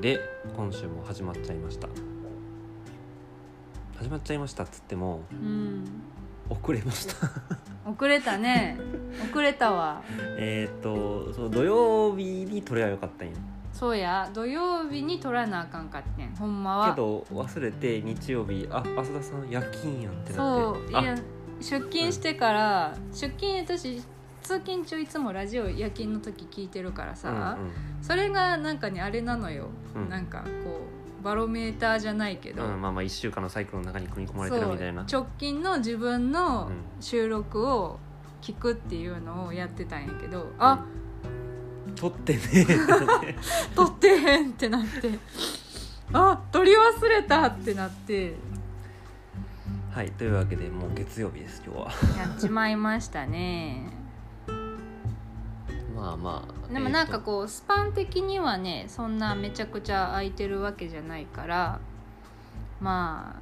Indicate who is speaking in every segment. Speaker 1: で今週も始まっちゃいました始まっちゃいましたっつっても
Speaker 2: うん
Speaker 1: 遅れました
Speaker 2: 遅れたね遅れたわ
Speaker 1: えっとそう土曜日に撮ればよかったんや
Speaker 2: そうや土曜日に撮らなあかんかってんほんまは
Speaker 1: けど忘れて日曜日あ浅田さん夜勤やんってなっ
Speaker 2: そ
Speaker 1: て
Speaker 2: うい
Speaker 1: あ
Speaker 2: や出勤してから、出勤私通勤中いつもラジオ夜勤の時聞いてるからさ、それがなんかねあれなのよ、
Speaker 1: うんうん、
Speaker 2: なんかこうバロメーターじゃないけど、
Speaker 1: うん、まあまあ1週間のサイクルの中に組み込まれてる
Speaker 2: そ
Speaker 1: み
Speaker 2: う
Speaker 1: たいな
Speaker 2: 直近の自分の
Speaker 1: うん
Speaker 2: 収録を聞くっていうのをやってたんやけど、あ
Speaker 1: 撮って ねえってなって
Speaker 2: 撮ってへんってなってあ撮り忘れたってなって
Speaker 1: はいというわけでもう月曜日です今日は
Speaker 2: やっちまいましたね
Speaker 1: まあまあ
Speaker 2: でもなんかこうスパン的にはねそんなめちゃくちゃ空いてるわけじゃないからま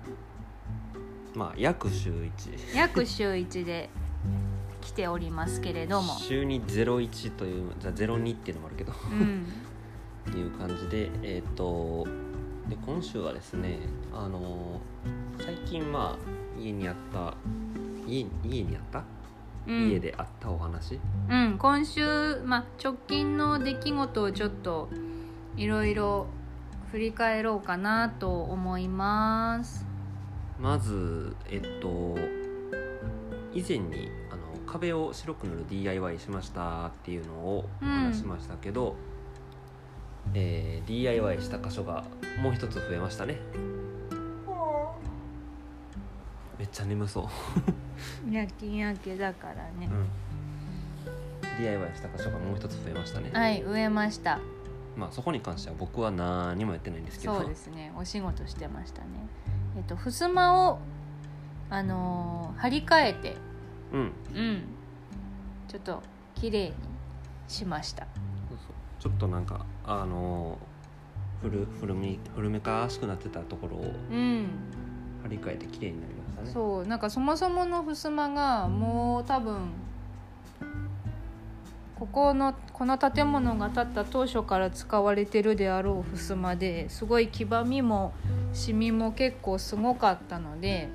Speaker 1: うまあ約週1
Speaker 2: あ約週1で来ておりますけれども、
Speaker 1: 週に01というじゃあ02っていうのもあるけど
Speaker 2: うん、
Speaker 1: っていう感じでえっ、とで今週はですねあのー最近まあ家にあった家家にあった、
Speaker 2: うん
Speaker 1: 家であったお話
Speaker 2: うん、今週、まあ、直近の出来事をちょっといろいろ振り返ろうかなと思います。
Speaker 1: まずえっと以前にあの壁を白く塗る DIY しましたっていうのをお
Speaker 2: うん
Speaker 1: 話ししましたけど、えー DIY した箇所がもう一つ増えましたねめっちゃ眠そう、
Speaker 2: 夜勤明けだからね。
Speaker 1: DIY した箇所がもう一つ増えましたね、
Speaker 2: はい、植えました。
Speaker 1: まあそこに関しては僕は何もやってないんですけど
Speaker 2: そうですね、お仕事してましたね。えっと、襖を、あのー張り替えて、
Speaker 1: うん
Speaker 2: うん、ちょっと綺麗にしました。
Speaker 1: そうそうちょっとなんかあの古古み古めかしくなってたところを
Speaker 2: うん、
Speaker 1: 張り替えて綺麗になりましたね
Speaker 2: そうなんかそもそもの襖がもう多分ここのこの建物が建った当初から使われてるであろう襖ですごい黄ばみもシミも結構すごかったので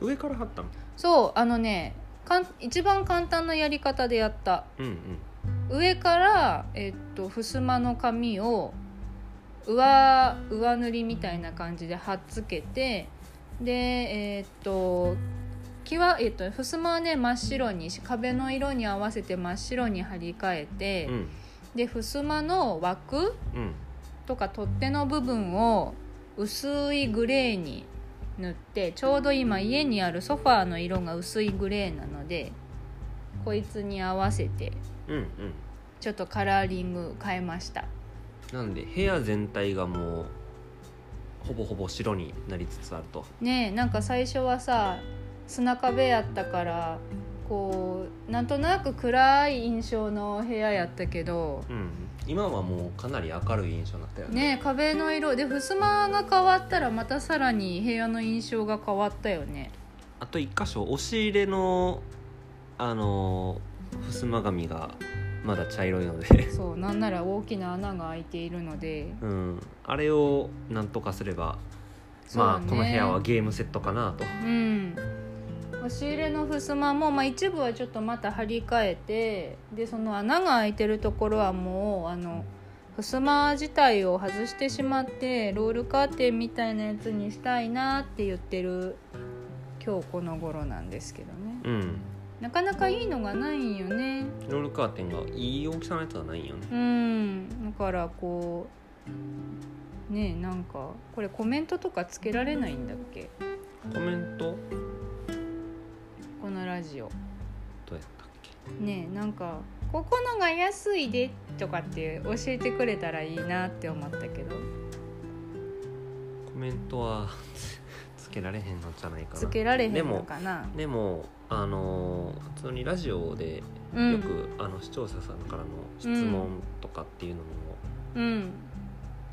Speaker 1: 上から貼ったの
Speaker 2: そうあのねかん一番簡単なやり方でやった
Speaker 1: うんうん
Speaker 2: 上から、えっと、襖の紙を上上塗りみたいな感じで貼っつけてでえっと際えっと襖はね真っ白にし壁の色に合わせて真っ白に張り替えて、
Speaker 1: うん
Speaker 2: で襖の枠
Speaker 1: うん
Speaker 2: とか取っ手の部分を薄いグレーに塗ってちょうど今家にあるソファーの色が薄いグレーなのでこいつに合わせて
Speaker 1: うんうん
Speaker 2: ちょっとカラーリング変えました
Speaker 1: なんで部屋全体がもうほぼほぼ白になりつつあると
Speaker 2: ねえなんか最初はさ砂壁やったからこうなんとなく暗い印象の部屋やったけど
Speaker 1: うん今はもうかなり明るい印象になったよね
Speaker 2: ねえ壁の色で襖が変わったらまたさらに部屋の印象が変わったよね
Speaker 1: あと一箇所押し入れのあのー襖紙がまだ茶色いので
Speaker 2: そうなんなら大きな穴が開いているので
Speaker 1: うんあれをなんとかすれば、
Speaker 2: そう
Speaker 1: まあ
Speaker 2: ね
Speaker 1: この部屋はゲームセットかなと
Speaker 2: うん押し入れの襖も、まあ、一部はちょっとまた張り替えてでその穴が開いてるところはもうあの襖自体を外してしまってロールカーテンみたいなやつにしたいなって言ってる今日この頃なんですけどね
Speaker 1: うん
Speaker 2: なかなかいいのがないんよね
Speaker 1: ロールカーテンがいい大きさのやつはないんよね
Speaker 2: うんだからこうねえなんかこれコメントとかつけられないんだっけ
Speaker 1: コメント
Speaker 2: このラジオ
Speaker 1: どうやったっけ
Speaker 2: ねえなんか「ここのが安いで」とかって教えてくれたらいいなって思ったけど
Speaker 1: コメントは つけられへんのじゃないかな
Speaker 2: つけられへんのかな
Speaker 1: でもあのー普通にラジオでよく、
Speaker 2: うん
Speaker 1: あの視聴者さんからの質問とかっていうのも、
Speaker 2: うん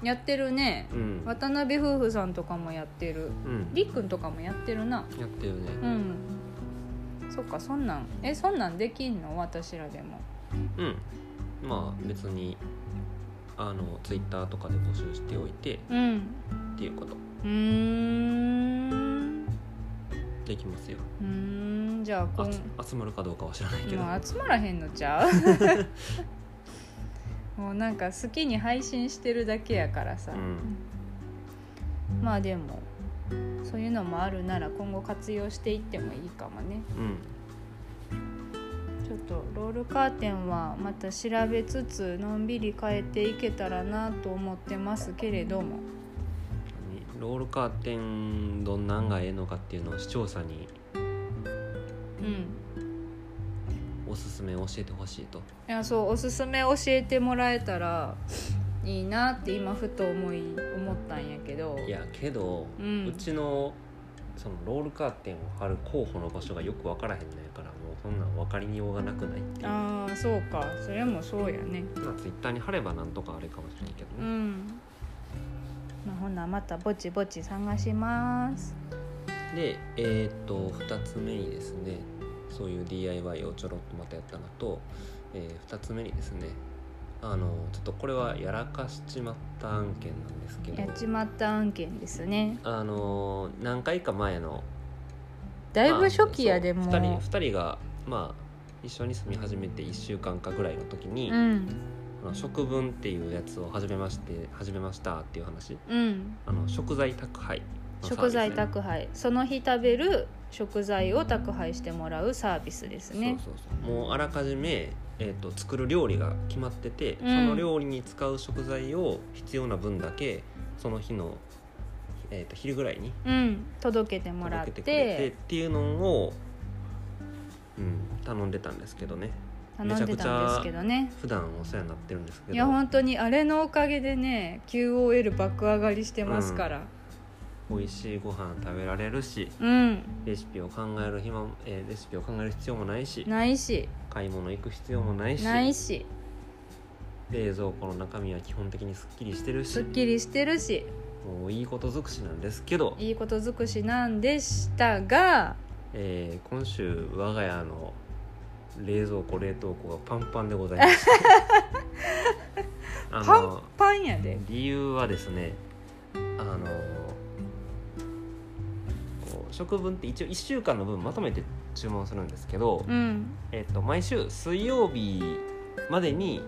Speaker 2: やってるね
Speaker 1: うん
Speaker 2: 渡辺夫婦さんとかもやってる
Speaker 1: うん
Speaker 2: りっくんとかもやってるな
Speaker 1: やってるね
Speaker 2: うんそっかそんなんえそんなんできんの私らでも
Speaker 1: うんまあ別にあのツイッターとかで募集しておいて
Speaker 2: うん
Speaker 1: っていうこと
Speaker 2: うーん
Speaker 1: できますよ
Speaker 2: うーんじゃあこん
Speaker 1: あつ集まるかどうかは知らないけど
Speaker 2: もう集まらへんの ちゃうもうなんか好きに配信してるだけやからさ、
Speaker 1: うん
Speaker 2: まあでもそういうのもあるなら今後活用していってもいいかもね
Speaker 1: うん
Speaker 2: ちょっとロールカーテンはまた調べつつのんびり変えていけたらなと思ってますけれども
Speaker 1: 何ロールカーテンどんなんがええのかっていうのを視聴者に
Speaker 2: うん
Speaker 1: おすすめを教えてほしいと
Speaker 2: いやそうおすすめ教えてもらえたらいいなって今ふと思い思ったんやけど
Speaker 1: いやけど、
Speaker 2: う
Speaker 1: うんちのそのロールカーテンを貼る候補の場所がよく分からへんのやからもうそんなん分かりようがなくないっていうま
Speaker 2: ああそうかそれもそうやね
Speaker 1: あツイッターに貼ればなんとかあれかもしれんけ
Speaker 2: う
Speaker 1: どね、
Speaker 2: ん、まあ、ほなまたぼちぼち探します
Speaker 1: でえーっと2つ目にですねそういう DIY をちょろっとまたやったのと、え2つ目にですねあのちょっとこれはやらかしちまった案件なんですけど
Speaker 2: やっちまった案件ですね
Speaker 1: あのー何回か前の
Speaker 2: だいぶ初期
Speaker 1: ま
Speaker 2: や
Speaker 1: あ
Speaker 2: で
Speaker 1: そ
Speaker 2: も
Speaker 1: う二人二人がまあ一緒に住み始めて1週間かぐらいの時に、
Speaker 2: うん
Speaker 1: あの食分っていうやつを始めまして始めましたっていう話
Speaker 2: うん
Speaker 1: あの食材宅配のサービスね
Speaker 2: 食材宅配その日食べる食材を宅配してもらうサービスですね
Speaker 1: そうそうそうもうあらかじめ、えー、と作る料理が決まってて、
Speaker 2: う
Speaker 1: そ
Speaker 2: ん
Speaker 1: の料理に使う食材を必要な分だけその日の、えー、と昼ぐらいに
Speaker 2: うん届けてもらっ
Speaker 1: 届け
Speaker 2: て
Speaker 1: てくれてっていうのを、うん、頼んでたんですけどね
Speaker 2: 頼んでたんですけどね
Speaker 1: 普段お世話になってるんですけど
Speaker 2: いや本当にあれのおかげでね QOL 爆上がりしてますから
Speaker 1: 美味しいご飯食べられるし
Speaker 2: うん、
Speaker 1: レシピを考える暇も、えーレシピを考える必要もないし
Speaker 2: ないし
Speaker 1: 買い物行く必要もないし
Speaker 2: ないし
Speaker 1: 冷蔵庫の中身は基本的にすっきりしてる
Speaker 2: す
Speaker 1: し
Speaker 2: っきりしてるし
Speaker 1: もういいこと尽くしなんですけど、
Speaker 2: いいこと尽くしなんでしたが
Speaker 1: えー今週我が家の冷蔵庫冷凍庫がパンパンでございましたあ
Speaker 2: パ
Speaker 1: の
Speaker 2: ンパンやで
Speaker 1: 理由はですねあのこう食分って一応1週間の分まとめて注文するんですけど、
Speaker 2: うん
Speaker 1: えっと、毎週水曜日までに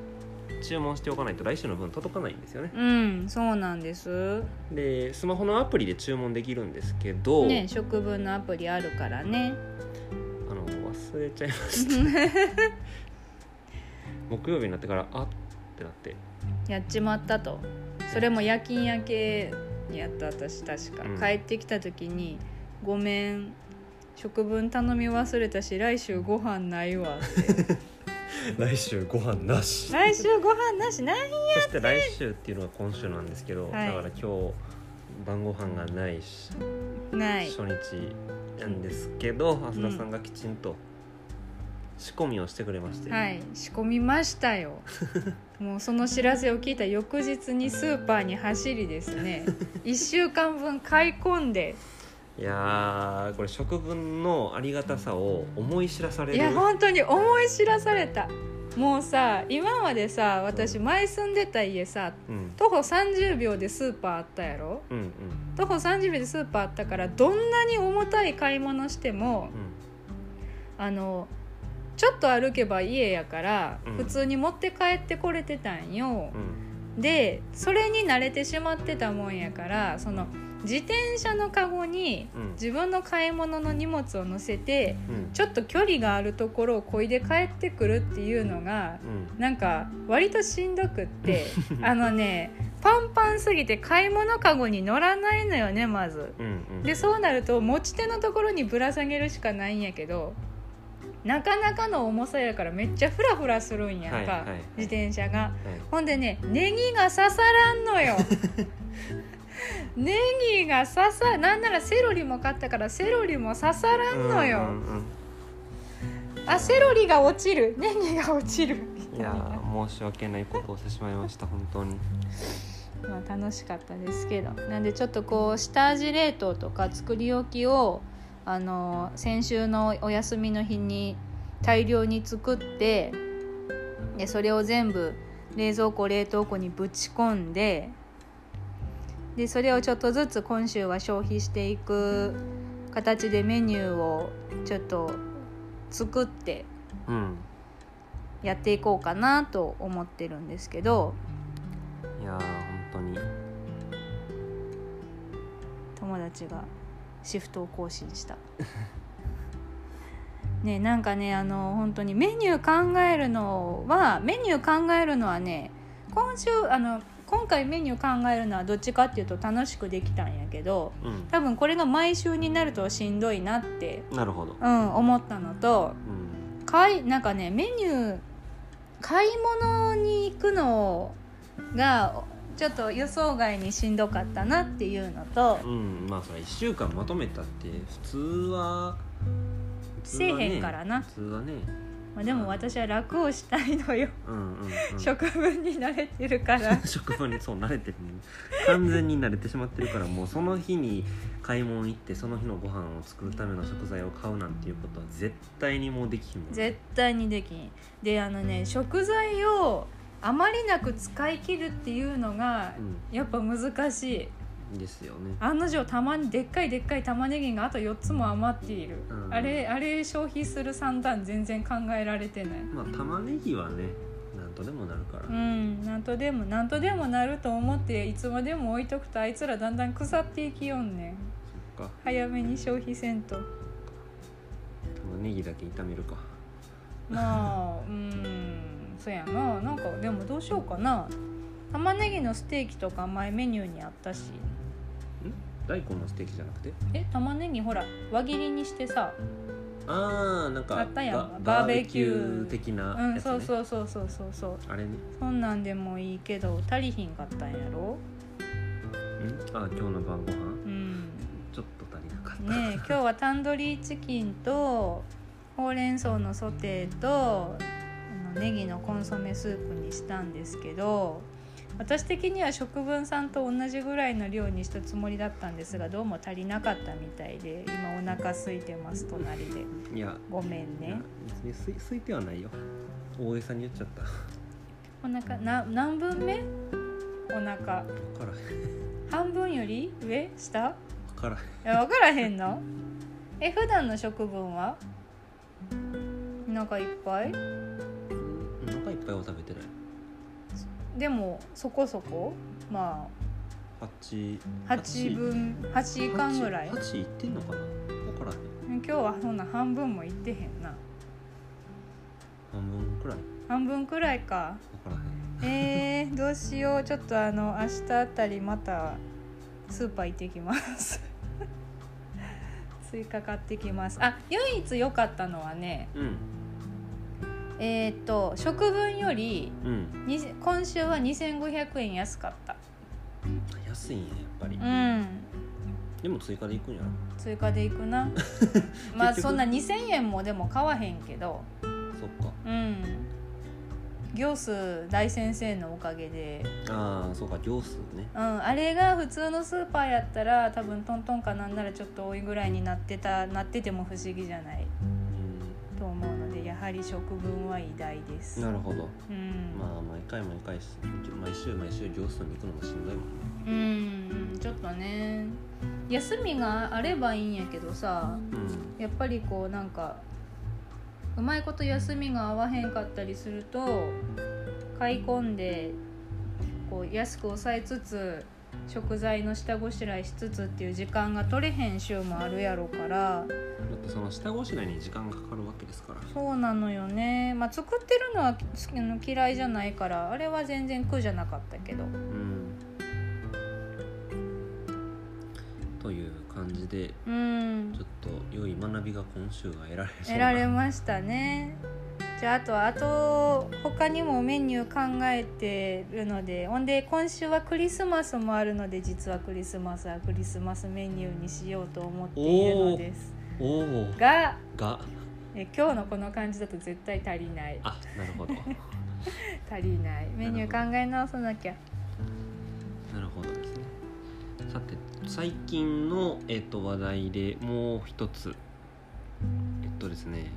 Speaker 1: 注文しておかないと来週の分届かないんですよね
Speaker 2: うんそうなんです
Speaker 1: でスマホのアプリで注文できるんですけど、
Speaker 2: ね食分のアプリあるからね
Speaker 1: あの忘れちゃいました 木曜日になってからあってなって
Speaker 2: やっちまったとそれも夜勤明けにやった私確か、
Speaker 1: うん
Speaker 2: 帰ってきた時に「ごめん食分頼み忘れたし来週ご飯ない わ」
Speaker 1: 来週ご飯なし
Speaker 2: 来週ご飯なしない
Speaker 1: そして来週っていうのが今週なんですけど、
Speaker 2: はい
Speaker 1: だから今日晩ご飯がないし、
Speaker 2: ない
Speaker 1: 初日なんですけど浅田さんがきちんと仕込みをしてくれまして、
Speaker 2: はい仕込みましたよ もうその知らせを聞いた翌日にスーパーに走りで すね1週間分買い込んで
Speaker 1: いやーこれ食分のありがたさを思い知らされ
Speaker 2: い
Speaker 1: る
Speaker 2: や本当に思い知らされたもうさ今までさ私前住んでた家さ
Speaker 1: うん
Speaker 2: 徒歩30秒でスーパーあったやろ
Speaker 1: うんうん
Speaker 2: 徒歩30秒でスーパーあったからどんなに重たい買い物してもあのちょっと歩けば家やから
Speaker 1: うん
Speaker 2: 普通に持って帰ってこれてたんよ
Speaker 1: うんう、ん
Speaker 2: でそれに慣れてしまってたもんやからその自転車のカゴに
Speaker 1: うん
Speaker 2: 自分の買い物の荷物を乗せて
Speaker 1: うん
Speaker 2: ちょっと距離があるところをこいで帰ってくるっていうのが
Speaker 1: うん
Speaker 2: なんか割としんどくって あのねパンパンすぎて買い物カゴに乗らないのよねまず。
Speaker 1: うんうん
Speaker 2: でそうなると持ち手のところにぶら下げるしかないんやけどなかなかの重さやからめっちゃフラフラするんやんか、
Speaker 1: はいはいはい
Speaker 2: 自転車が。
Speaker 1: はい
Speaker 2: ほんでねネギが刺さらん のよネギが刺さなんならセロリも買ったからセロリも刺さらんのよ、
Speaker 1: うんうん
Speaker 2: あセロリが落ちるネギが落ちる
Speaker 1: うんいやー申し訳ないことをしてしまいました本当に
Speaker 2: まあ楽しかったですけどなんでちょっとこう下味冷凍とか作り置きをあの先週のお休みの日に大量に作ってでそれを全部冷蔵庫冷凍庫にぶち込んででそれをちょっとずつ今週は消費していく形でメニューをちょっと作って
Speaker 1: うん
Speaker 2: やっていこうかなと思ってるんですけど
Speaker 1: いやー本当に
Speaker 2: 友達がシフトを更新した ねなんかねあの本当にメニュー考えるのはメニュー考えるのはね今週あの今回メニュー考えるのはどっちかっていうと楽しくできたんやけど
Speaker 1: う
Speaker 2: 多分これが毎週になるとしんどいなって、
Speaker 1: んなるほど
Speaker 2: うん、思ったのと
Speaker 1: うん
Speaker 2: 買いなんかねメニュー買い物に行くのがちょっと予想外にしんどかったなっていうのと
Speaker 1: うんまあそれ1週間まとめたって普通は普通
Speaker 2: せえ
Speaker 1: はね
Speaker 2: へんからな、
Speaker 1: 普通はね
Speaker 2: まあ、でも私は楽をしたいのよ、
Speaker 1: うんうん、うん、
Speaker 2: 食分に慣れてるから
Speaker 1: 職場にそう慣れてるね完全に慣れてしまってるからもうその日に買い物行ってその日のご飯を作るための食材を買うなんていうことは絶対にもうできひんもん
Speaker 2: 絶対にできんであのね食材をあまりなく使い切るっていうのがやっぱ難しい
Speaker 1: うんですよね
Speaker 2: 案の定たまにでっかいでっかい玉ねぎがあと4つも余っている、
Speaker 1: うん
Speaker 2: あれあれ消費する算段全然考えられてない
Speaker 1: まあ玉ねぎはねなんとでもなるから、
Speaker 2: うんなんとでもなんとでもなると思っていつまでも置いとくとあいつらだんだん腐っていきよんねん
Speaker 1: そっか
Speaker 2: 早めに消費せんと
Speaker 1: 玉ねぎだけ炒めるか
Speaker 2: まあうんそうやななんかでもどうしようかな玉ねぎのステーキとか前メニューにあったし
Speaker 1: 大根のステーキじゃなくて
Speaker 2: え玉ねぎほら輪切りにしてさ
Speaker 1: ああなんか
Speaker 2: あったやん
Speaker 1: バ
Speaker 2: バ
Speaker 1: バ
Speaker 2: ー
Speaker 1: ー
Speaker 2: ベ
Speaker 1: ベ
Speaker 2: キ
Speaker 1: キ
Speaker 2: ュー
Speaker 1: ュー的な
Speaker 2: う
Speaker 1: や
Speaker 2: ん、
Speaker 1: つ、ね
Speaker 2: そうそうそうそうそうそう
Speaker 1: あれね
Speaker 2: そんなんでもいいけど足りひんかったんやろ
Speaker 1: んあ今日の晩ご飯
Speaker 2: うん
Speaker 1: ちょっと足りなかった、
Speaker 2: ねえ今日はタンドリーチキンとほうれん草のソテーとあのネギのコンソメスープにしたんですけど私的には食分さんと同じぐらいの量にしたつもりだったんですがどうも足りなかったみたいで今お腹空いてます隣で
Speaker 1: いや
Speaker 2: ごめん
Speaker 1: いや
Speaker 2: ね
Speaker 1: 別にすいすいてはないよ大げさに言っちゃった
Speaker 2: お腹な何分目お腹
Speaker 1: 分からへん
Speaker 2: 半分より上下
Speaker 1: 分からへん
Speaker 2: いや分からへんのえ普段の食分はなんかいっぱい
Speaker 1: うんお腹いっぱいは食べてない
Speaker 2: でもそこそこま
Speaker 1: 八
Speaker 2: あ8分8以下ぐらい
Speaker 1: 八八いってんのかな分からへん
Speaker 2: 今日はそんな半分もいってへんな
Speaker 1: 半分くらい
Speaker 2: 半分くらいか
Speaker 1: 分からへん
Speaker 2: え ー、どうしようちょっとあの明日あたりまたスーパー行ってきます 追加買ってきますあ唯一良かったのはね
Speaker 1: うん
Speaker 2: えーっ、と食分より
Speaker 1: うん
Speaker 2: に今週は2500円安かった
Speaker 1: 安いんややっぱり、
Speaker 2: うん
Speaker 1: でも追加でいくんやろ
Speaker 2: 追加でい くなまあ
Speaker 1: 結局
Speaker 2: そんな2,000円もでも買わへんけど
Speaker 1: そっか
Speaker 2: うん行数大先生のおかげで、
Speaker 1: ああそうか行数ね
Speaker 2: うん、あれが普通のスーパーやったら多分トントンかなんならちょっと多いぐらいになってたなってても不思議じゃない
Speaker 1: うん
Speaker 2: と思うのでやはり食分は偉大です
Speaker 1: なるほど
Speaker 2: うん、
Speaker 1: まあ毎回毎回し毎週毎週行数に行くのもしんどいもんね
Speaker 2: うんちょっとね休みがあればいいんやけどさ
Speaker 1: うん
Speaker 2: やっぱりこうなんかうまいこと休みが合わへんかったりすると買い込んでこう安く抑えつつ食材の下ごしらえしつつっていう時間が取れへん週もあるやろから
Speaker 1: だってその下ごしらえに時間がかかるわけですから
Speaker 2: そうなのよね、まあ、作ってるのはすあの嫌いじゃないからあれは全然苦じゃなかったけど
Speaker 1: うんという感じで
Speaker 2: うん
Speaker 1: ちょっと良い学びが今週は得られそうな
Speaker 2: 得られましたねじゃああとあと他にもメニュー考えてるのでほんで今週はクリスマスもあるので実はクリスマスはクリスマスメニューにしようと思っているのです
Speaker 1: おお
Speaker 2: が
Speaker 1: が
Speaker 2: え今日のこの感じだと絶対足りない
Speaker 1: あなるほ ど
Speaker 2: 足りないメニュー考え直さなきゃ
Speaker 1: なるほどですねさて最近の、えっと話題でもう一つえっとですね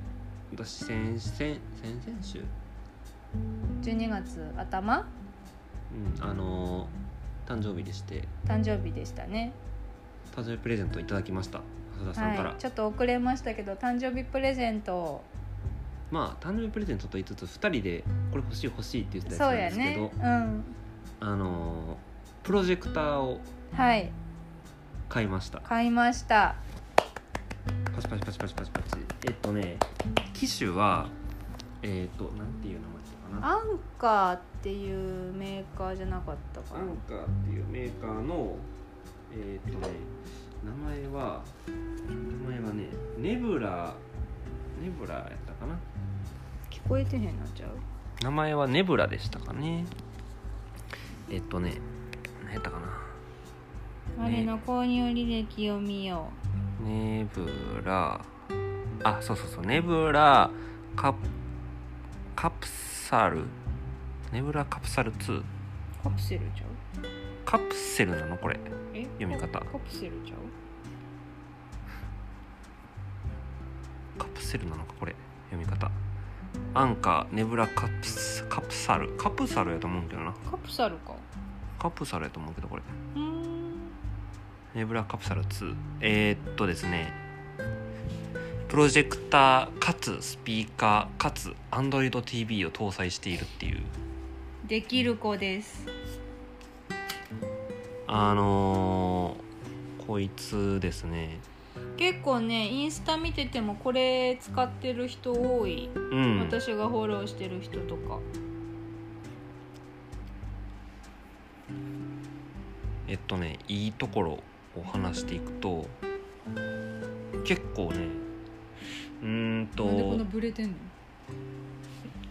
Speaker 1: 私先先先々週
Speaker 2: 12月頭
Speaker 1: うんあのー誕生日でして
Speaker 2: 誕生日でしたね
Speaker 1: 誕生日プレゼントいただきました浅田さんから、
Speaker 2: はいちょっと遅れましたけど誕生日プレゼントを
Speaker 1: まあ誕生日プレゼントと言いつつ2人でこれ欲しい欲しいって言ってた
Speaker 2: そう
Speaker 1: や
Speaker 2: や
Speaker 1: つなんですけど、
Speaker 2: ねうん
Speaker 1: あのープロジェクターを
Speaker 2: はい
Speaker 1: 買いました
Speaker 2: 買いました
Speaker 1: パチパチパチパチパチパチえっとね機種はえっとなんていう名前だったかな
Speaker 2: アンカーっていうメーカーじゃなかったか
Speaker 1: ア
Speaker 2: な
Speaker 1: ンカーっていうメーカーのえーっとね名前は名前はねネブラネブラやったかな
Speaker 2: 聞こえてへんなっちゃう
Speaker 1: 名前はネブラでしたかねえっとね何やったかな
Speaker 2: あれの購入履歴を見よ
Speaker 1: ネブラあそうそうそうネブラカプカプサルネブラカプサル2
Speaker 2: うカプセルちゃう
Speaker 1: カプセルなのこれ
Speaker 2: え
Speaker 1: 読み方
Speaker 2: カカプセルちゃう
Speaker 1: カプセルなのかこれ読み方アンカーネブラカプスカプサルカプサルやと思うんだよな
Speaker 2: カプサルか
Speaker 1: カプサルやと思うけどこれ
Speaker 2: うーん
Speaker 1: ネブラカプサル2えー、っとですねプロジェクターかつスピーカーかつ AndroidTV を搭載しているっていう
Speaker 2: できる子です
Speaker 1: あのーこいつですね
Speaker 2: 結構ねインスタ見ててもこれ使ってる人多い、
Speaker 1: うん
Speaker 2: 私がフォローしてる人とか
Speaker 1: えっとねいいところを話していくと結構ねうーんと
Speaker 2: ブレてんの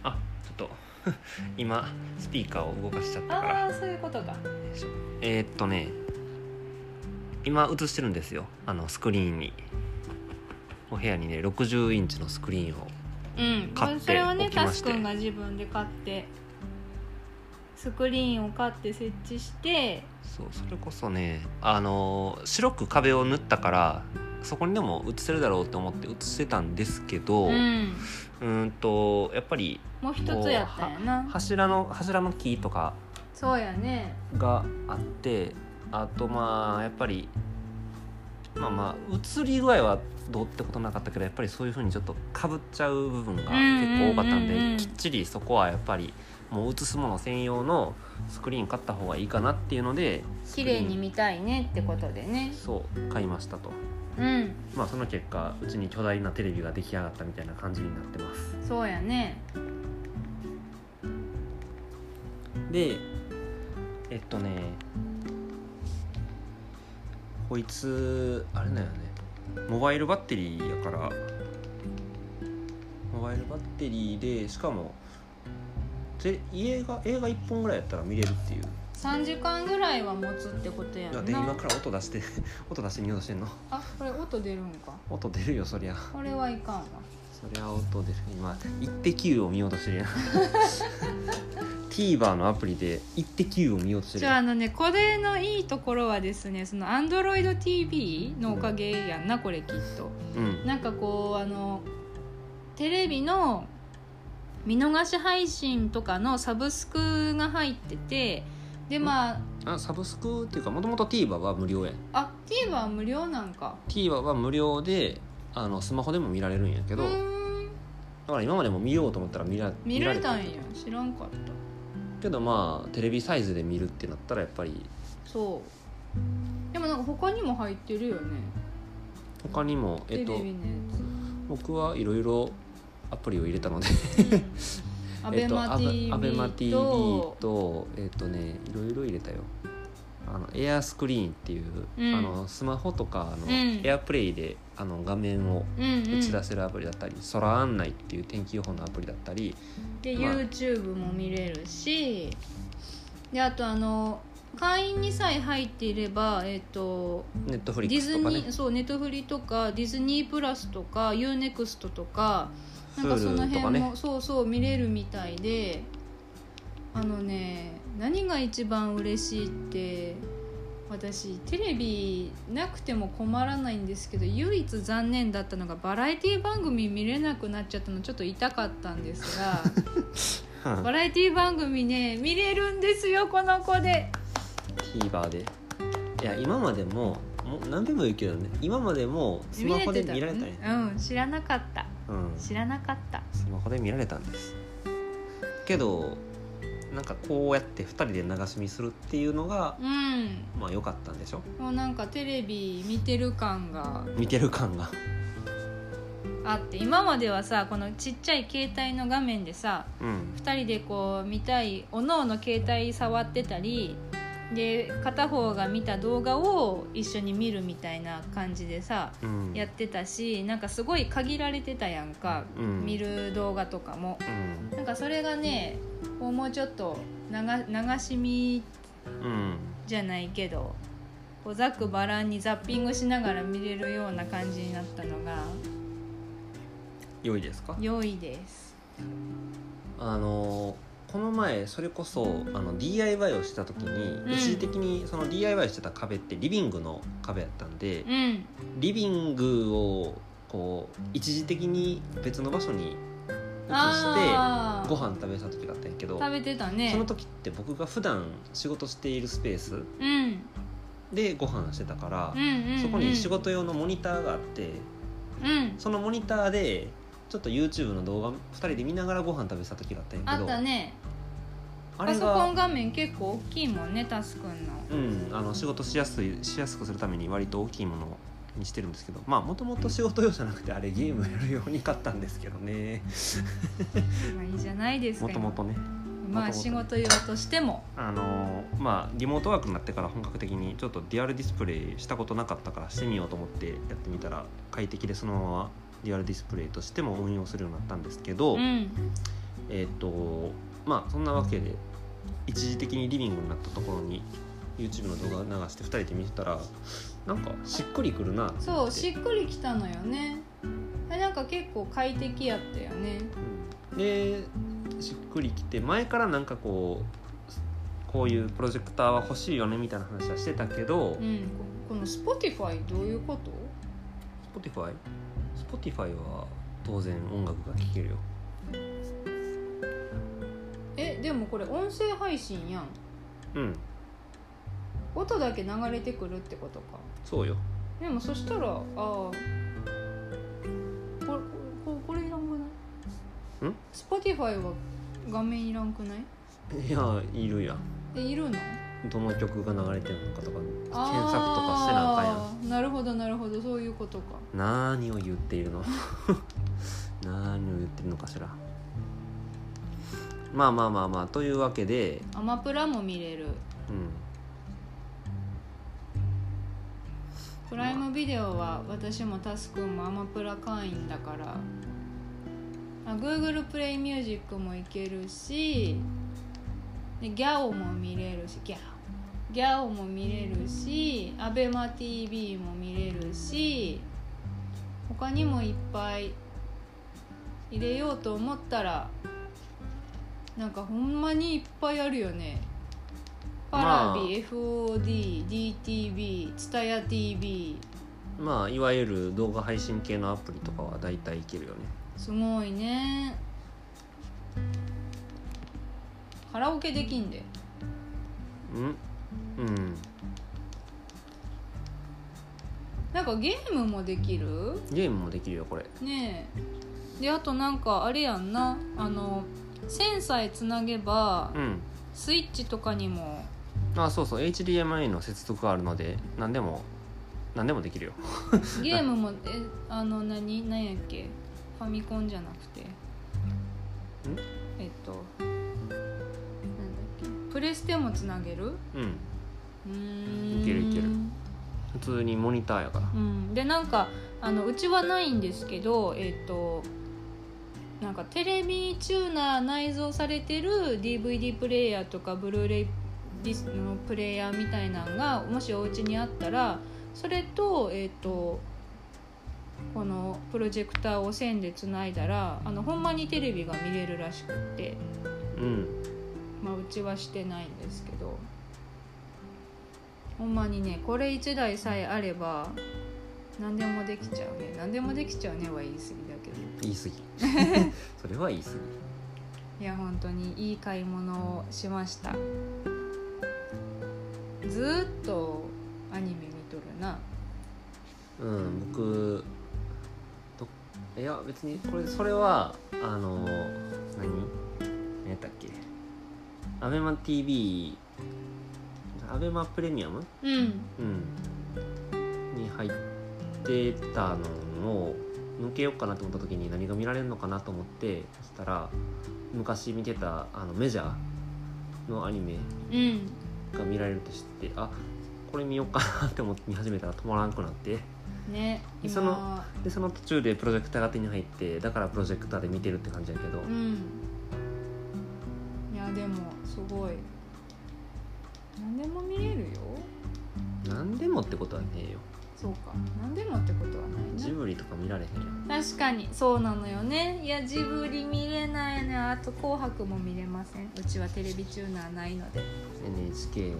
Speaker 1: あちょっと 今スピーカーを動かしちゃったか
Speaker 2: あ
Speaker 1: ら
Speaker 2: あそういうことか
Speaker 1: えーっとね今映してるんですよあのスクリーンにお部屋にね60インチのスクリーンを
Speaker 2: うん
Speaker 1: 買って
Speaker 2: それはね
Speaker 1: 置き
Speaker 2: タ
Speaker 1: ま
Speaker 2: ス
Speaker 1: して
Speaker 2: くんが自分で買ってスクリーンを買って設置して
Speaker 1: そうそれこそねあのー白く壁を塗ったからそこにでも映せるだろうと思って映してたんですけど、
Speaker 2: う
Speaker 1: うん
Speaker 2: ん
Speaker 1: ーんとやっぱり
Speaker 2: もう一つやったんやな
Speaker 1: 柱の柱の木とか
Speaker 2: そうやね
Speaker 1: があってあとまあやっぱりまあまあ映り具合はどうってことなかったけどやっぱりそういうふうにちょっとかぶっちゃう部分が結構多かったんで、
Speaker 2: うんうんうんうん
Speaker 1: きっちりそこはやっぱりもう映すもの専用のスクリーン買った方がいいかなっていうので
Speaker 2: 綺麗に見たいねってことでね
Speaker 1: そう買いましたと
Speaker 2: うん
Speaker 1: まあその結果うちに巨大なテレビが出来上がったみたいな感じになってます
Speaker 2: そうやね
Speaker 1: でえっとねこいつあれだよねモバイルバッテリーやからモバイルバッテリーでしかもで家が映画1本ぐらいやったら見れるっていう
Speaker 2: 3時間ぐらいは持つってことや
Speaker 1: いや
Speaker 2: ん
Speaker 1: で今
Speaker 2: な
Speaker 1: から音出して 音出して見ようとしてんの
Speaker 2: あこれ音出るんか
Speaker 1: 音出るよそりゃ
Speaker 2: これはいかんわ
Speaker 1: そりゃ音出る今「イッテ Q」を見ようとしてるやん TVer のアプリで「イッテ Q」を見ようとしてる
Speaker 2: じゃああのねこれのいいところはですねその AndroidTV のおかげやんなこれきっと
Speaker 1: うん
Speaker 2: なんかこうあのテレビの見逃し配信とかのサブスクが入っててでまあ
Speaker 1: あサブスクっていうかもともと TVer は無料やん
Speaker 2: あ TVer は無料なんか
Speaker 1: TVer は無料であのスマホでも見られるんやけ
Speaker 2: う
Speaker 1: ど、だ
Speaker 2: ーん
Speaker 1: から今までも見ようと思ったら見ら
Speaker 2: 見られたん
Speaker 1: 見
Speaker 2: や知らんかった
Speaker 1: けどまあテレビサイズで見るってなったらやっぱり
Speaker 2: そうでもなんか他にも入ってるよね、
Speaker 1: 他にもえっ
Speaker 2: テ
Speaker 1: と
Speaker 2: レビのや
Speaker 1: 僕はいろいろアプリを入れたので
Speaker 2: つ、 うん、アベマ
Speaker 1: えっとアベアベマ
Speaker 2: TV
Speaker 1: TV
Speaker 2: と
Speaker 1: とえっとねいろいろ入れたよあのエアスクリーンっていう、
Speaker 2: うん
Speaker 1: あのスマホとかあの、
Speaker 2: うん
Speaker 1: エアプレイであの画面を
Speaker 2: うんうん
Speaker 1: 打ち出せるアプリだったり、空案内っていう天気予報のアプリだったり
Speaker 2: で
Speaker 1: まあ
Speaker 2: YouTube も見れるしであとあの会員にさえ入っていれば、えっと
Speaker 1: ネットフ
Speaker 2: デ
Speaker 1: リッ
Speaker 2: ィ
Speaker 1: クス
Speaker 2: ズ
Speaker 1: とかね
Speaker 2: ニーそうネットフリとかディズニープラスとか UNEXT とかなんかその
Speaker 1: Hulu と
Speaker 2: 辺
Speaker 1: か
Speaker 2: も、
Speaker 1: ね
Speaker 2: そうそう見れるみたいであのね何が一番嬉しいって私テレビなくても困らないんですけど唯一残念だったのがバラエティ番組見れなくなっちゃったのちょっと痛かったんですがバラエティ番組ね見れるんですよこの子で
Speaker 1: TVer でいや今までももう何でも言うけどね今までもスマホで見られたね
Speaker 2: うんうん知らなかった
Speaker 1: うん
Speaker 2: 知らなかった
Speaker 1: スマホで見られたんですけどなんかこうやって2人で流し見するっていうのが
Speaker 2: うん
Speaker 1: まあ良かったんでしょ
Speaker 2: もうなんかテレビ見てる感が
Speaker 1: 見てる感が
Speaker 2: あって今まではさこのちっちゃい携帯の画面でさ
Speaker 1: うん
Speaker 2: 2人でこう見たいおのおの携帯触ってたりで片方が見た動画を一緒に見るみたいな感じでさ
Speaker 1: うん
Speaker 2: やってたしなんかすごい限られてたやんか、
Speaker 1: うん
Speaker 2: 見る動画とかも
Speaker 1: うん
Speaker 2: なんかそれがねこうもうちょっと流流し見
Speaker 1: うん
Speaker 2: じゃないけどこうざっくばらんにザッピングしながら見れるような感じになったのが
Speaker 1: 良いですか
Speaker 2: 良いです
Speaker 1: あのこの前それこそあの DIY をした時
Speaker 2: うん
Speaker 1: に一時的にその DIY してた壁ってリビングの壁やったんで
Speaker 2: うん
Speaker 1: リビングをこう一時的に別の場所に移して
Speaker 2: あー
Speaker 1: ご飯食べた時があったんやけど
Speaker 2: 食べてたね
Speaker 1: その時って僕が普段仕事しているスペース
Speaker 2: うん、うん
Speaker 1: でご飯してたから
Speaker 2: う、んうん
Speaker 1: そこに仕事用のモニターがあって
Speaker 2: うん
Speaker 1: そのモニターでちょっと YouTube の動画2人で見ながらご飯食べてた時があったんや
Speaker 2: あ
Speaker 1: け
Speaker 2: っ
Speaker 1: ど
Speaker 2: たね
Speaker 1: あ
Speaker 2: パ
Speaker 1: れ
Speaker 2: ソコン
Speaker 1: が、
Speaker 2: 画面結構大きいもんねタスくんの
Speaker 1: うん、あの仕事しやすいしやすくするために割と大きいものにしてるんですけどまあもともと仕事用じゃなくてあれゲームやるように買ったんですけどね
Speaker 2: まあいいじゃないですか
Speaker 1: もともとね
Speaker 2: まあ
Speaker 1: 元
Speaker 2: 仕
Speaker 1: 々
Speaker 2: 事用としても
Speaker 1: あのーまあリモートワークになってから本格的にちょっとデュアルディスプレイしたことなかったからしてみようと思ってやってみたら快適でそのままデュアルディスプレイとしても運用するようになったんですけど、
Speaker 2: うん
Speaker 1: えっ、とまあそんなわけで一時的にリビングになったところに YouTube の動画を流して2人で見てたらなんかしっくりくるなって
Speaker 2: そうしっくりきたのよねあれなんか結構快適やったよね
Speaker 1: うんでしっくりきて前からなんかこうこういうプロジェクターは欲しいよねみたいな話はしてたけど、
Speaker 2: うんここの Spotify どういうこと
Speaker 1: Spotify? Spotify は当然音楽が聴けるよ
Speaker 2: えでもこれ音声配信やん
Speaker 1: うん
Speaker 2: 音だけ流れてくるってことか
Speaker 1: そうよ
Speaker 2: でもそしたらああこれこれこれいらんくない
Speaker 1: ん
Speaker 2: Spotify は画面いらんくない
Speaker 1: いやいるやん
Speaker 2: えいるの
Speaker 1: どの曲が流れてるのかとか検索とかしてなあかんやん
Speaker 2: あーなるほどなるほどそういうことか
Speaker 1: 何を言っているの 何を言ってるのかしらまあまあまあまあというわけで
Speaker 2: アマプラも見れる
Speaker 1: うん
Speaker 2: プライムビデオは私もタスくんもアマプラ会員だからあ Google プレイミュージックもいけるしでギャオも見れるしギャオギャオも見れるし ABEMATV も見れるし他にもいっぱい入れようと思ったらなんかほんまにいっぱいあるよね
Speaker 1: まあ
Speaker 2: Paravi、FOD、DTV、TsutayaTV
Speaker 1: まあいわゆる動画配信系のアプリとかは大体いけるよね
Speaker 2: すごいねカラオケできんで
Speaker 1: うんうん
Speaker 2: なんかゲームもできる
Speaker 1: ゲームもできるよこれ
Speaker 2: ねえであとなんかあれやんなあの線さえつなげば
Speaker 1: うん
Speaker 2: スイッチとかにも
Speaker 1: あそうそう HDMI の接続があるので何でも何でもできるよ
Speaker 2: ゲームもえあの何何やっけファミコンじゃなくてえっとなんだっけプレステもつなげる
Speaker 1: うん
Speaker 2: うーん
Speaker 1: いけるいける普通にモニターやから
Speaker 2: うん、でなんかあのうちはないんですけどえっ、となんかテレビチューナー内蔵されてる DVD プレイヤーとかブルーレイディスのプレイヤーみたいなのがもしお家にあったらそれとえっ、とこのプロジェクターを線でつないだらあのほんまにテレビが見れるらしくって、
Speaker 1: うん
Speaker 2: まあ、うちはしてないんですけどほんまにねこれ1台さえあれば何でもできちゃうね何でもできちゃうねは言い過ぎだけど
Speaker 1: 言い過ぎそれは言い過ぎ
Speaker 2: いや本当にいい買い物をしましたずーっとアニメ見とるな
Speaker 1: うん僕といや別にこれそれはあの何何やったっけアベマ t v アベマプレミアム、
Speaker 2: うん
Speaker 1: うん、に入ってたのを抜けようかなと思った時に何が見られるのかなと思ってそしたら昔見てたあのメジャーのアニメ
Speaker 2: うん
Speaker 1: が見られると知ってあこれ見ようかなって思って見始めたら止まらなくなって
Speaker 2: ね今
Speaker 1: そのでその途中でプロジェクターが手に入ってだからプロジェクターで見てるって感じやけど、
Speaker 2: うんいやでもすごい何でも見れるよ
Speaker 1: 何でもってことはねえよ
Speaker 2: そうか何でもってことはないな
Speaker 1: ジブリとか見られへんよ
Speaker 2: 確かにそうなのよねいやジブリ見れないねあと「紅白」も見れませんうちはテレビチューナーないので
Speaker 1: NHK 見れ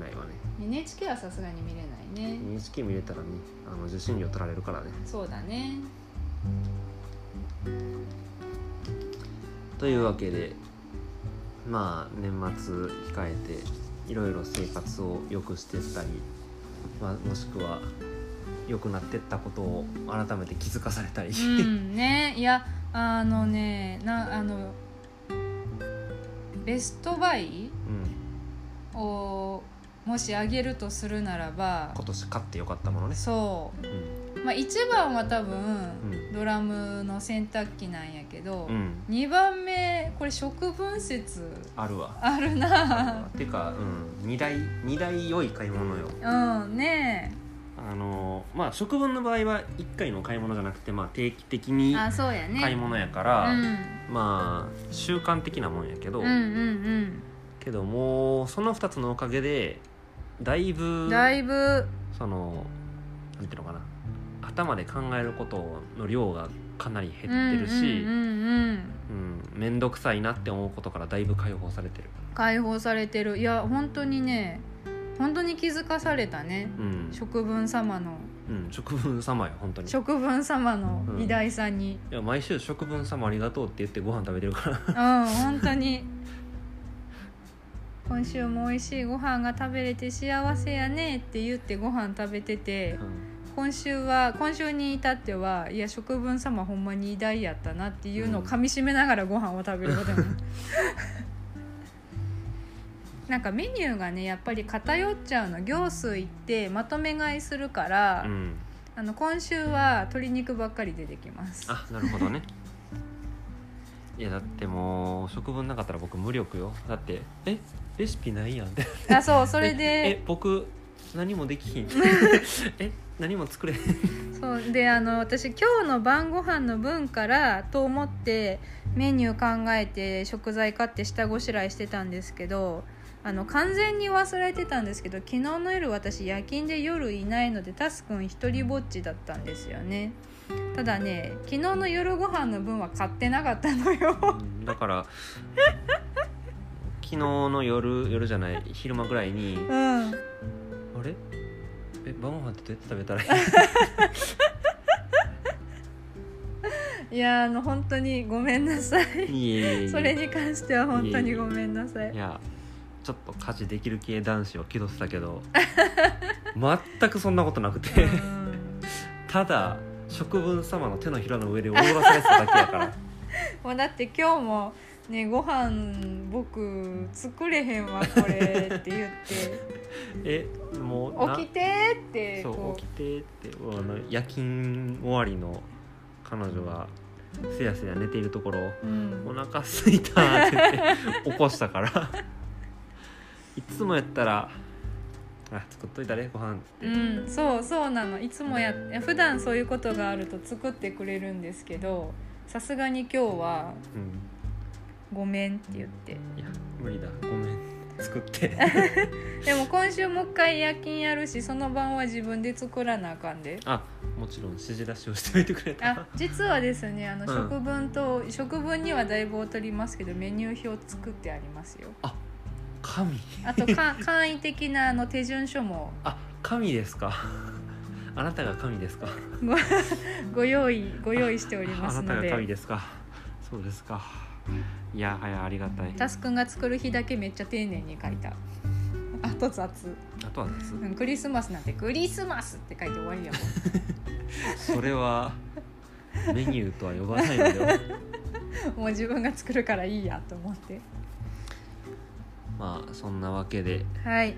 Speaker 1: ないわね
Speaker 2: NHK はさすがに見れないね
Speaker 1: NHK 見れたらねあの受信料取られるからね
Speaker 2: そうだね
Speaker 1: というわけでまあ年末控えていろいろ生活を良くしてったり、まあ、もしくは良くなってったことを改めて気づかされたり、
Speaker 2: うんねいやあのねなあのベストバイ
Speaker 1: うん
Speaker 2: をもし上げるとするならば
Speaker 1: 今年買ってよかったものね、
Speaker 2: そうう、まあ、1番は多分、
Speaker 1: ん
Speaker 2: ドラムの洗濯機なんやけ
Speaker 1: ん
Speaker 2: ど、
Speaker 1: うん、
Speaker 2: 2番目これ食分説
Speaker 1: ある わ
Speaker 2: あるな
Speaker 1: てか、うん、2台二台良い買い物よ
Speaker 2: うんね
Speaker 1: あのまあ食分の場合は1回の買い物じゃなくて、まあ、定期的に
Speaker 2: えあそうやね
Speaker 1: 買い物やから、
Speaker 2: うん、
Speaker 1: まあ習慣的なもんやけど、
Speaker 2: うんうん
Speaker 1: けどもうその2つのおかげでだい
Speaker 2: うん
Speaker 1: ぶ
Speaker 2: だいぶ
Speaker 1: そのなんていうのかな頭で考えることの量がかなり減ってるし
Speaker 2: うんうんうんうん
Speaker 1: うん面倒、くさいなって思うことからだいぶ解放されてる、
Speaker 2: 解放されてるいや本当にね本当に気づかされたね
Speaker 1: うん
Speaker 2: 食分様の
Speaker 1: うん、食分様よ本当に
Speaker 2: 食分様の偉大さに、
Speaker 1: いや毎週食分様ありがとうって言ってご飯食べてる から
Speaker 2: うん、本当に今週も美味しいご飯が食べれて幸せやねって言ってご飯食べてて今週は今週に至ってはいや食分様ほんまに偉大やったなっていうのを
Speaker 1: うん
Speaker 2: かみしめながらご飯を食べ ることになんかメニューがねやっぱり偏っちゃうの行数いってまとめ買いするから、
Speaker 1: うん、うん、
Speaker 2: あの今週は鶏肉ばっかり出てきます
Speaker 1: あなるほどねいやだってもう食分なかったら僕無力よだってえレシピないやんって
Speaker 2: あそうそれ
Speaker 1: え
Speaker 2: で
Speaker 1: え僕何もできひ んえ何も作れへん
Speaker 2: そうであの私今日の晩ご飯の分からと思ってメニュー考えて食材買って下ごしらえしてたんですけどあの完全に忘れてたんですけど昨日の夜私夜勤で夜いないのでタスくん一人ぼっちだったんですよねただね昨日の夜ご飯の分は買ってなかったの よ
Speaker 1: うんだから昨日の夜夜じゃない昼間ぐらいに
Speaker 2: うん
Speaker 1: あれえ晩ご飯ってどうやって食べたらいい
Speaker 2: いやあの本当にごめんなさ
Speaker 1: いえ
Speaker 2: い
Speaker 1: いえいえ
Speaker 2: それに関しては本当にごめんなさい
Speaker 1: いやちょっと家事できる系男子を気取ってたけど全くそんなことなくて
Speaker 2: うん
Speaker 1: ただ食分様の手のひらの上で踊らされてただけやから
Speaker 2: もうだって今日もねご飯僕作れへんわこれって言って
Speaker 1: えもう な
Speaker 2: 起きてって
Speaker 1: そう
Speaker 2: こ
Speaker 1: 起きてってあの夜勤終わりの彼女がせやせや寝ているところを
Speaker 2: う、う
Speaker 1: 「お
Speaker 2: ん、
Speaker 1: 腹すいた」って言って起こした からいつもやったら「あ作っといたねご飯っつって、
Speaker 2: うん、そうそうなのいつもやいや普段そういうことがあると作ってくれるんですけどさすがに今日は
Speaker 1: うん
Speaker 2: 「ごめん」って言って
Speaker 1: いや無理だごめん作って
Speaker 2: でも今週もう一回夜勤やるしその晩は自分で作らなあかんで
Speaker 1: あもちろん指示出しをしておいてくれ
Speaker 2: あ
Speaker 1: た
Speaker 2: 実はですねあの
Speaker 1: うん
Speaker 2: 食文と、食文にはだいぶ劣りますけどメニュー表作ってありますよ
Speaker 1: 神
Speaker 2: あと か簡易的なあの手順書も
Speaker 1: あ神ですかあなたが神ですか
Speaker 2: ごご用意ご用意しております
Speaker 1: あ
Speaker 2: の
Speaker 1: なたが神
Speaker 2: で
Speaker 1: ですかそうですか
Speaker 3: いやはやありがたい
Speaker 2: タスくんが作る日だけめっちゃ丁寧に書いたあと雑、
Speaker 3: あとは夏
Speaker 2: うん、クリスマスなんて「クリスマス!」って書いて終わりやもん
Speaker 3: それはメニューとは呼ばないので は
Speaker 2: もう自分が作るからいいやと思って
Speaker 3: まあそんなわけで
Speaker 2: はい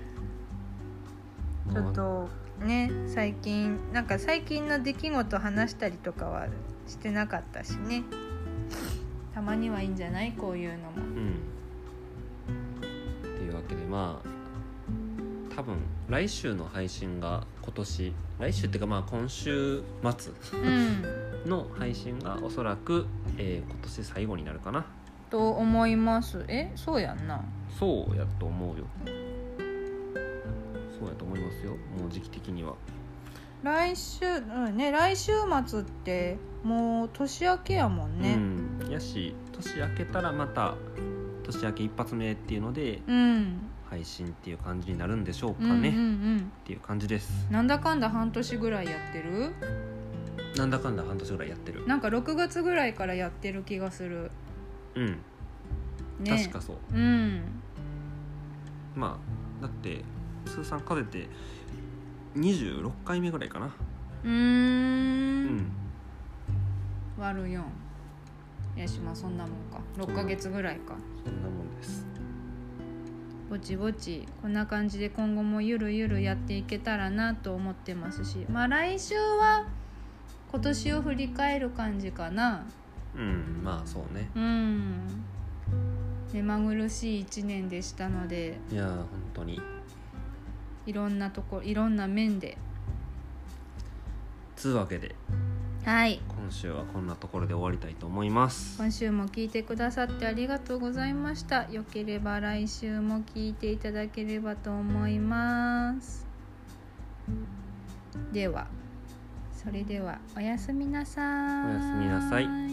Speaker 2: ちょ
Speaker 3: も
Speaker 2: っ
Speaker 3: う
Speaker 2: とね最近なんか最近の出来事話したりとかはしてなかったしねたまにはいいんじゃないこういうのも
Speaker 3: うん
Speaker 1: というわけでまあ多分来週の配信が今年来週っていうかまあ今週末
Speaker 2: うん
Speaker 1: の配信がおそらく、えー今年最後になるかな
Speaker 2: と思いますえそうやんな
Speaker 1: そうやと思うよそうやと思いますよもう時期的には
Speaker 2: 来週うんね来週末ってもう年明けやもん
Speaker 1: う
Speaker 2: ね
Speaker 1: んやし年明けたらまた年明け一発目っていうので
Speaker 2: うん、
Speaker 1: 配信っていう感じになるんでしょう
Speaker 2: うん、
Speaker 1: かね、
Speaker 2: うんう
Speaker 1: っ
Speaker 2: ん
Speaker 1: ていう感じです
Speaker 2: なんだかんだ半年ぐらいやってる
Speaker 1: なんだかんだ半年ぐらいやってる
Speaker 2: なんか6月ぐらいからやってる気がする
Speaker 1: うん
Speaker 2: ね
Speaker 1: 確かそう、
Speaker 2: うん
Speaker 1: まあだって通算数えて26回目ぐらいかな
Speaker 2: うー
Speaker 1: うんん
Speaker 2: 割る4いやしまあそんなもんか6ヶ月ぐらいか
Speaker 1: そんなもんです
Speaker 2: ぼちぼちこんな感じで今後もゆるゆるやっていけたらなと思ってますしまあ来週は今年を振り返る感じかな
Speaker 1: うんまあそうね
Speaker 2: うん目まぐるしい1年でしたので
Speaker 1: いやー本当に
Speaker 2: いろんなとこいろんな面で
Speaker 1: つうわけで
Speaker 2: はい
Speaker 1: 今週はこんなところで終わりたいと思います
Speaker 2: 今週も聞いてくださってありがとうございましたよければ来週も聞いていただければと思いますではそれではおやすみなさーい
Speaker 1: おやすみなさい